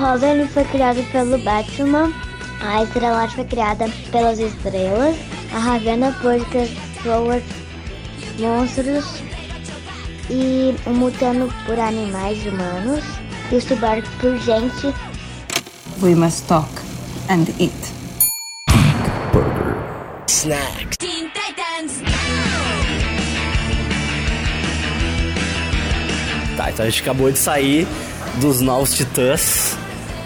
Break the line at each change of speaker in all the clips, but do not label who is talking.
Robin foi criado pelo Batman, a Estrelate foi criada pelas estrelas, a Ravena por pessoas, monstros e o Mutano por animais humanos e o Subaru por gente.
We must talk and eat.
Snack.
Teen Titans!
Tá, então a gente acabou de sair dos Novos Titãs,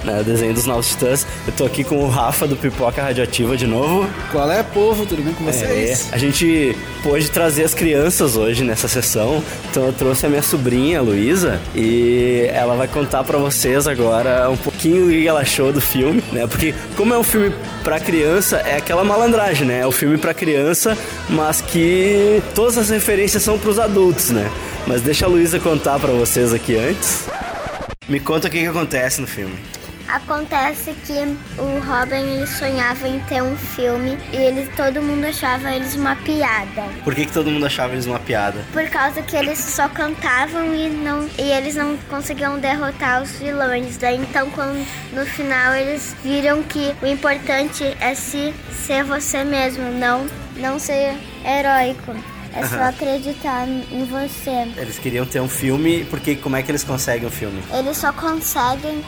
né? O desenho dos Novos Titãs. Eu tô aqui com o Rafa do Pipoca Radioativa de novo.
Qual é, povo? Tudo bem com vocês?
É, a gente pôde trazer as crianças hoje nessa sessão. Então eu trouxe a minha sobrinha, a Luísa, e ela vai contar pra vocês agora um pouquinho do que ela achou do filme, né? Porque como é um filme pra criança, é aquela malandragem, né? É um filme pra criança, mas que todas as referências são pros adultos, né? Mas deixa a Luísa contar pra vocês aqui antes. Me conta o que, que acontece no filme.
Acontece que o Robin ele sonhava em ter um filme e ele, todo mundo achava eles uma piada.
Por que, que todo mundo achava eles uma piada?
Por causa que eles só cantavam e, não, e eles não conseguiam derrotar os vilões. Daí então quando, no final eles viram que o importante é se ser você mesmo, não, não ser heróico. É só
Aham.
acreditar em você.
Eles queriam ter um filme, porque como é que eles conseguem um filme?
Eles só conseguem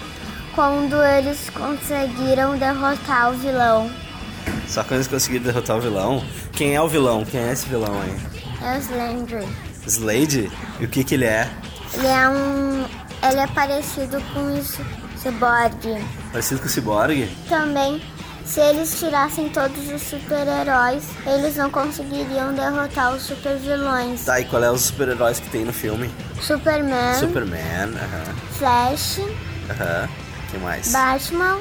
quando eles conseguiram derrotar o vilão.
Só quando eles conseguiram derrotar o vilão. Quem é o vilão? Quem é esse vilão aí?
É o Slender.
Slade? E o que que ele é?
Ele é um. Ele é parecido com isso, Cyborg.
Parecido com o Cyborg?
Também, se eles tirassem todos os super-heróis, eles não conseguiriam derrotar os super-vilões.
Tá, e qual é os super-heróis que tem no filme?
Superman,
Superman, aham,
Flash,
aham. que mais?
Batman,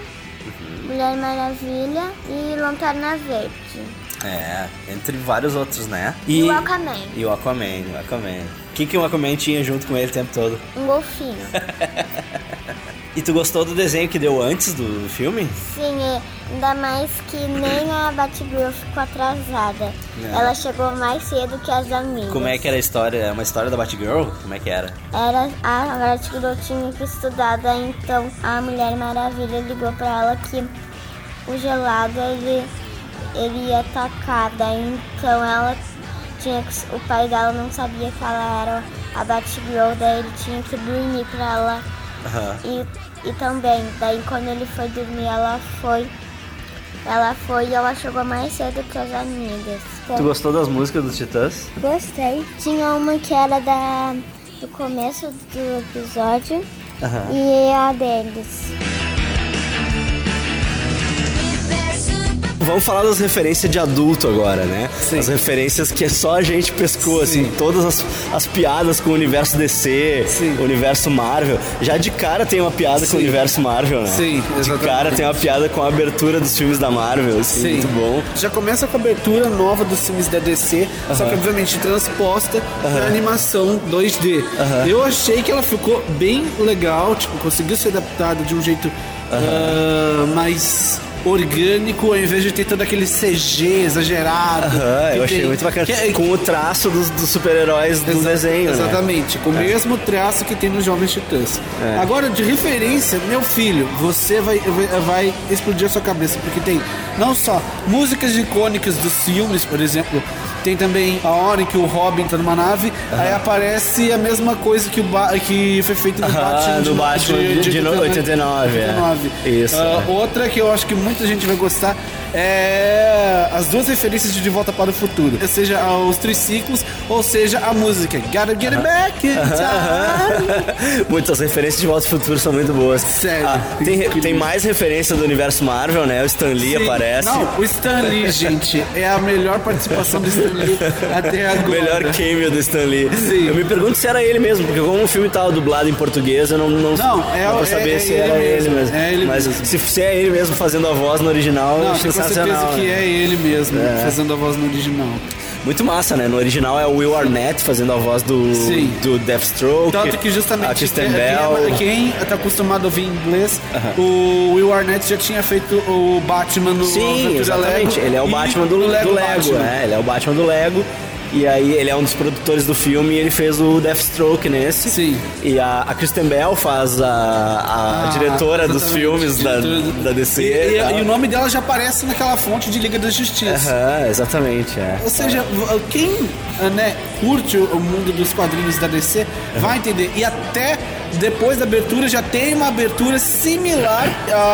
Mulher Maravilha e Lanterna Verde.
É, entre vários outros, né?
E o Aquaman.
E o Aquaman, o Aquaman. O que, que o Aquaman tinha junto com ele o tempo todo?
Um golfinho.
E tu gostou do desenho que deu antes do filme?
Sim, e ainda mais que nem a Batgirl ficou atrasada.
Não.
Ela chegou mais cedo que as amigas.
Como é que era a história? É uma história da Batgirl? Como é que era?
Era a Batgirl tinha que estudar, daí então a Mulher Maravilha ligou pra ela que o gelado ele, ele ia atacar, daí então ela tinha que, o pai dela não sabia que ela era a Batgirl, daí ele tinha que dormir pra ela
Aham.
e, e também, daí quando ele foi dormir ela foi ela foi e ela chegou mais cedo que as amigas.
Tu gostou das músicas dos Titãs?
Gostei. Tinha uma que era da, do começo do episódio
Aham.
e a deles.
Vamos falar das referências de adulto agora, né? As referências que é só a gente pescou, assim, todas as, as piadas com o universo DC,
Sim.
o universo Marvel. Já de cara tem uma piada com o universo Marvel, né?
Sim,
De
exatamente.
cara tem uma piada com a abertura dos filmes da Marvel, assim,
Sim.
muito bom.
Já começa com a abertura nova dos filmes da DC, só que obviamente transposta pra animação 2D. Eu achei que ela ficou bem legal, tipo, conseguiu ser adaptada de um jeito ah, mais orgânico, ao invés de ter todo aquele CG exagerado.
Aham,
que
eu achei
tem-
muito bacana.
que- é
com o traço dos, dos super-heróis do
Exa-
desenho, né?
Exatamente, com o mesmo traço que tem nos Jovens Titãs.
É.
Agora, de referência, meu filho, você vai, vai- vai explodir a sua cabeça, porque tem não só músicas icônicas dos filmes, por exemplo, tem também a hora em que o Robin tá numa nave, aí aparece a mesma coisa que, o Ba- que foi feito Ah, no
Aham,
Batman,
no Batman de- de 89, é.
89.
Isso,
Ah,
é.
Outra que eu acho que muita gente vai gostar é as duas referências de De Volta para o Futuro. Ou seja, aos triciclos, ou seja, a música Gotta Get It Back in Time.
Muitas referências de Volta ao Futuro são muito boas. Ah,
Sério,
tem, re-
incrível.
tem mais referência do universo Marvel, né? O Stan Lee
Sim.
aparece.
Não, o Stan Lee, gente, é a melhor participação do Stan Lee até agora.
É Melhor cameo do Stan Lee.
Sim.
Eu me pergunto se era ele mesmo, porque como o filme tava dublado em português, eu não, não,
Não, é-
dá pra
é-
saber
é
se
ele
era ele
mesmo,
mesmo.
é ele
Mas
mesmo.
Se, se é ele mesmo fazendo a voz no original,
Não,
é
tenho certeza
sensacional.
que
né?
é ele mesmo,
É.
fazendo a voz no original.
Muito massa, né? No original é o Will Arnett fazendo a voz do,
Sim.
do Deathstroke.
Tanto que justamente é,
A Kristen
quem-
Bell.
quem tá acostumado a ouvir em inglês, o Will Arnett já tinha feito o Batman no
Sim,
Aventura
exatamente.
Lego
Ele é o
e
Batman do,
no
do Lego, é.
Batman.
né? Ele é o Batman do Lego. E aí ele é um dos produtores do filme e ele fez o Deathstroke nesse.
Sim.
E a, a Kristen Bell faz a, a
Ah,
diretora dos
exatamente,
filmes da,
diretora do-
da DC.
E, e-
tal.
e o nome dela já aparece naquela fonte de Liga da Justiça.
Aham, exatamente, é.
Ou seja, v- quem ah, né, curte o mundo dos quadrinhos da DC vai entender. E até depois da abertura já tem uma abertura similar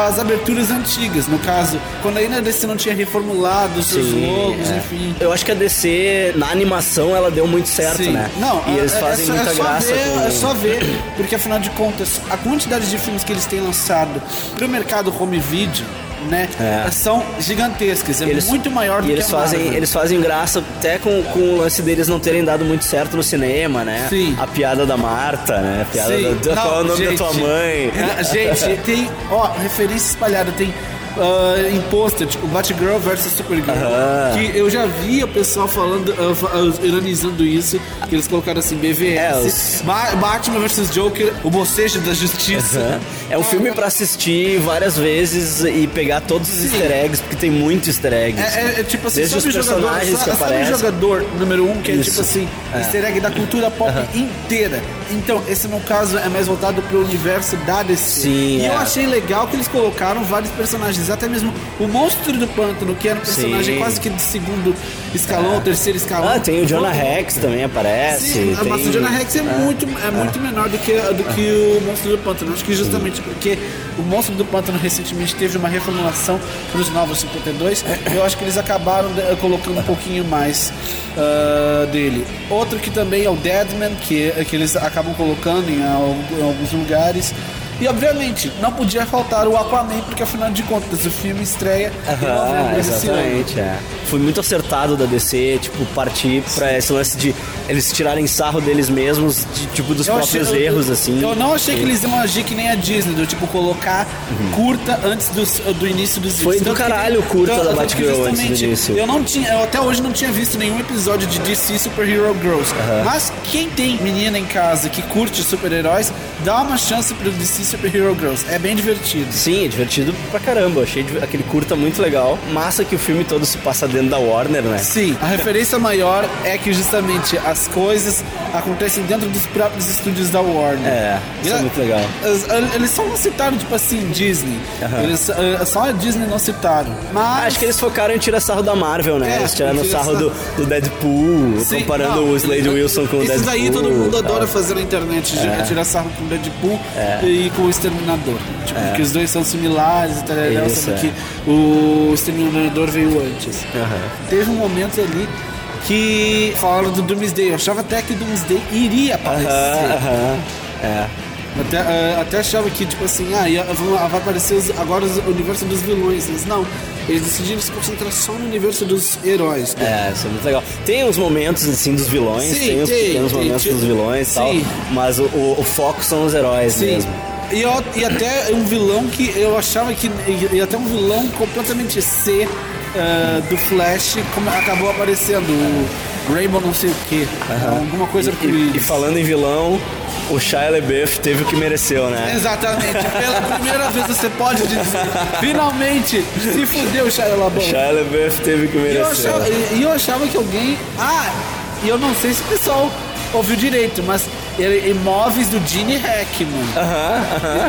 às aberturas antigas. No caso, quando ainda a DC não tinha reformulado os seus
Sim,
logos,
é.
enfim.
Eu acho que a DC, na animação, ela deu muito certo,
Sim.
né?
Não,
e
é-
eles
é
fazem
só- é
muita
só
graça.
Ver,
com-
É só ver, porque afinal de contas, a quantidade de filmes que eles têm lançado pro mercado home video, né,
É.
são gigantescas. É muito maior do
e eles
que a
fazem,
Marvel.
eles fazem graça até com, com o lance deles não terem dado muito certo no cinema, né?
Sim.
A piada da Marta, né? A piada
Sim.
da,
Não,
qual é o nome
gente.
da tua mãe.
Ah, gente, tem, ó, referência espalhada, tem ah, em pôster, tipo, Batgirl versus Supergirl.
Aham.
Que eu já vi o pessoal falando, ah, fa- ah, ironizando isso, que eles colocaram assim,
É,
BVS,
os-
Ba- Batman versus Joker, o bocejo da justiça.
Aham. É um filme pra assistir várias vezes e pegar todos os easter eggs, porque tem muito easter eggs.
É, é, é tipo assim,
Desde
sabe
os
o jogador,
personagens
sabe,
que
sabe o
aparecem.
jogador número um, que é tipo
Isso.
assim,
É.
easter egg da cultura pop inteira. Então, esse no caso é mais voltado pro universo da DC.
Sim,
e eu
é.
achei legal que eles colocaram vários personagens, até mesmo o monstro do pântano, que era um personagem
Sim.
quase que de segundo escalão, terceiro escalão.
Ah, tem o Jonah Rex também aparece.
Sim, a
tem...
massa de Jonah Rex é, muito, é muito menor do que, do que o Monstro do Pântano. Acho que justamente porque o Monstro do Pântano recentemente teve uma reformulação para os novos 52, eu acho que eles acabaram eh, colocando um pouquinho mais ah, dele. Outro que também é o Deadman, que, eh, que eles acabam colocando em, al- em alguns lugares. E obviamente, não podia faltar o Aquaman, porque afinal de contas o filme estreia em
Ah,
novembro é desse ano.
exatamente, é. Foi muito acertado da DC, tipo, partir pra esse lance de eles tirarem sarro deles mesmos, de, tipo, dos
Eu
próprios
achei- eu-
erros, assim.
Eu não achei que eles iam agir que nem a Disney, do tipo, colocar curta antes do, do início dos
Uhum. Foi
vídeos.
do
Tanto que-
caralho o curta
tanto-
da
tanto que
Batgirl antes do
justamente
início.
Eu não tinha, eu até hoje não tinha visto nenhum episódio de DC Super Hero Girls. Mas quem tem menina em casa que curte super-heróis, dá uma chance pro DC Super Hero Girls. É bem divertido.
Sim, é divertido pra caramba. Eu Achei div- aquele curta muito legal. Massa que o filme todo se passa dentro da Warner, né?
Sim, é. a referência maior é que justamente as coisas acontecem dentro dos próprios estúdios da Warner.
É, isso é
Gra-
muito legal.
As- a- Eles só não citaram, tipo assim, Disney. Eles, ah, só a Disney não citaram. Mas.
Acho que eles focaram em tirar sarro da Marvel, né?
Ah, É,
eles tiraram
tira
sarro
sarro.
do, do Deadpool,
Sim,
comparando
não,
o Slade Wilson com o Deadpool. É.
Isso daí todo mundo
tal.
adora fazer na internet, de tirar sarro com o Deadpool
É.
e com o Exterminador. Tipo, que os dois são similares, e tal, tal,
Isso,
sendo
é.
que o Exterminador veio antes.
Aham.
Teve um momento ali que falaram do Doomsday. Eu achava até que o Doomsday iria aparecer.
Aham, aham. É.
Até, eh, até achava que, tipo assim, ah, ia- vão- vai aparecer os- agora os- o universo dos vilões. Mas não, eles decidiram se concentrar só no universo dos heróis.
É, isso é muito legal. Tem uns momentos, assim, dos vilões,
Sim,
tem uns
tem,
pequenos
tem,
momentos
tipo,
dos vilões e tal,
sim.
mas o, o- o foco são os heróis mesmo.
E, eu- e até um vilão que eu achava que. E, e até um vilão completamente C eh, do Flash como acabou aparecendo. O Rainbow não sei o que. Alguma coisa
E,
arco-íris.
e falando em vilão, o Shia LaBeouf teve o que mereceu,
É,
né?
Exatamente, pela primeira vez você pode dizer. Finalmente, se fudeu, Shia LaBeouf.
Shia LaBeouf teve o que
E eu,
mereceu.
achava, e- e eu achava que alguém. Ah, e eu não sei se o pessoal ouviu direito, mas era imóveis do Gene Hackman.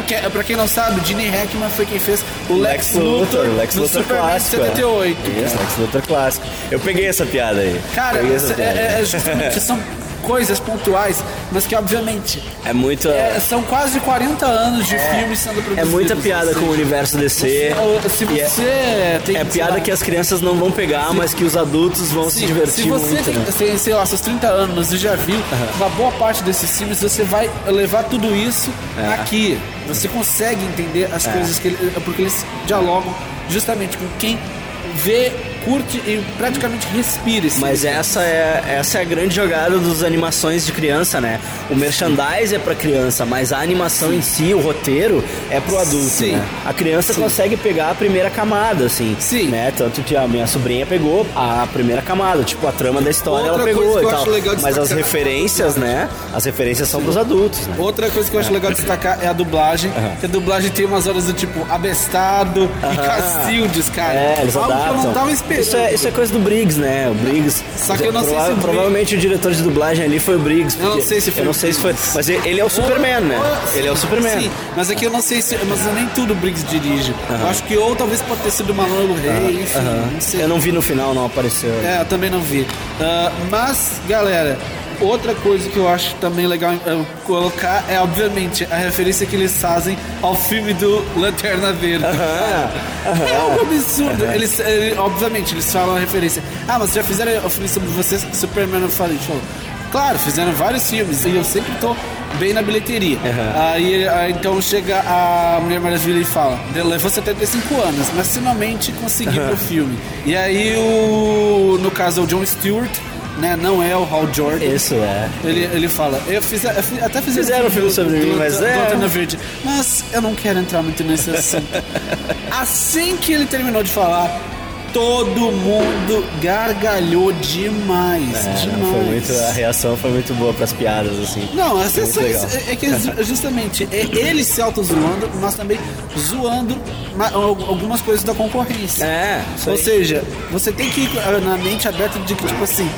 Que- pra quem não sabe, o Gene Hackman foi quem fez o Lex, Luthor,
Lex
no
Luthor
Superman
clássico. é.
78.
Isso, Lex Luthor é clássico. Eu peguei essa piada aí.
Cara,
Peguei essa
é-
piada.
é, é justamente, são coisas pontuais, mas que obviamente
É muito...
é,
É,
são quase 40 anos de filmes sendo produzidos.
muita piada
assim.
com o universo DC.
Se- Se
e é-
você tem
é,
sei
piada
lá,
que as crianças não vão pegar, mas que os adultos vão se,
Sim,
divertir
Então, se você
muito,
tem,
né?
tem, sei lá, seus 30 anos e já viu uma boa parte desses filmes, você vai levar tudo isso
É.
aqui. Você consegue entender as coisas que ele- é porque eles dialogam justamente com quem vê, curte e praticamente respira esse
Mas
filme.
essa é, essa é a grande jogada dos animações de criança, né? O merchandise é pra criança, mas a animação em si, o roteiro, é pro adulto,
Sim.
né? A criança consegue pegar a primeira camada, assim.
Sim.
Né? Tanto que a minha sobrinha pegou a primeira camada, tipo, a trama da história
Outra
ela pegou
coisa
e
que eu
tal.
acho legal
Mas as
destacar-
referências, né? As referências são pros adultos, né?
Outra coisa que eu acho legal destacar é a dublagem. Que a dublagem tem umas horas do tipo Abestado e Cacildes, cara.
É, eles
Algo que eu
adaptam.
não tava
Isso é, isso é coisa do Briggs, né? O Briggs.
Só que eu não sei se o Briggs-
Provavelmente o diretor de dublagem ali foi o Briggs.
Eu não
porque-
sei se foi
Eu não
o
sei se foi.
Briggs.
Mas ele ele é o Superman, né?
Ou-
Ele é o Superman.
Sim, mas aqui eu não sei se. Mas nem tudo o Briggs dirige. Eu acho que ou talvez pode ter sido o Manolo Rey, enfim. Não sei.
Eu não vi no final, não apareceu.
É, eu também não vi. Ah, mas, galera, outra coisa que eu acho também legal ah, colocar é, obviamente, a referência que eles fazem ao filme do Lanterna Verde. É algo absurdo. Eles, eh, obviamente, eles falam a referência. Ah, mas já fizeram o filme sobre vocês, Superman eu falei, show. Claro, fizeram vários filmes e eu sempre tô bem na bilheteria. Aí ah, então chega a Mulher Maravilha e fala: "De- levou 75 anos, mas finalmente conseguiu o filme. E aí o. No caso é o John Stewart, né? Não é o Hal Jordan.
Isso é.
Ele, ele fala, eu fiz, eu fi- até fiz
Fizeram um filme sobre mim, mas é-
Verde, mas eu não quero entrar muito nesse assunto. assim que ele terminou de falar, todo mundo gargalhou demais.
É,
demais.
não, foi muito, a reação foi muito boa pras piadas, assim.
Não, as
Foi muito legal.
sessões é, é que eles- justamente é eles se auto-zoando, mas também zoando ma- al- algumas coisas da concorrência.
É, isso
Ou
aí.
seja, você tem que ir com- na mente aberta de que, tipo assim,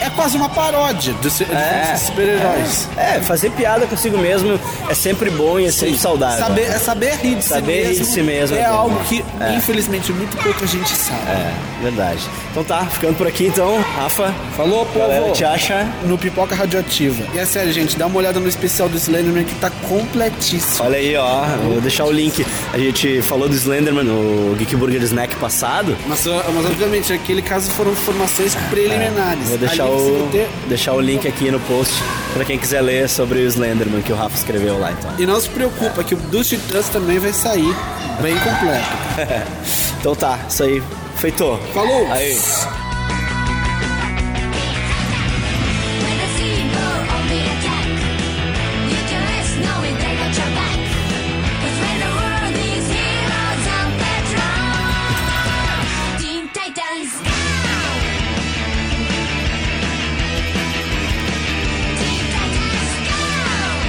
é quase uma paródia dos se- dos super-heróis.
É, é, fazer piada consigo mesmo é sempre bom e é sempre saudável.
Saber, é saber rir de
Saber
si
rir
mesmo.
de si mesmo é
é,
bom,
algo
né?
que,
É.
infelizmente, muito pouca gente sabe.
É, verdade. Então tá, ficando por aqui então. Rafa,
Falou, povo!
galera, te acha?
No Pipoca Radioativa. E é sério, gente, dá uma olhada no especial do Slenderman que tá completíssimo.
Olha aí, ó, vou deixar o link. A gente falou do Slenderman no Geek Burger Snack passado.
Mas, ah, mas, obviamente, naquele caso foram informações preliminares.
Ah, é. Vou deixar
Ali você
o,
vai ter-
deixar o link aqui no post pra quem quiser ler sobre o Slenderman que o Rafa escreveu lá, então.
E não se preocupa que o dos Titãs também vai sair bem completo.
Então tá, isso aí. Feito.
Falou!
Aí.
When they see you on the attack, you can rest knowing they got your back. 'Cause when the world needs heroes on patrol, Teen Titans now. Teen Titans go!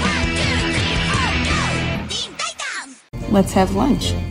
One, two, three, four, go! Teen Titans.
Let's have lunch.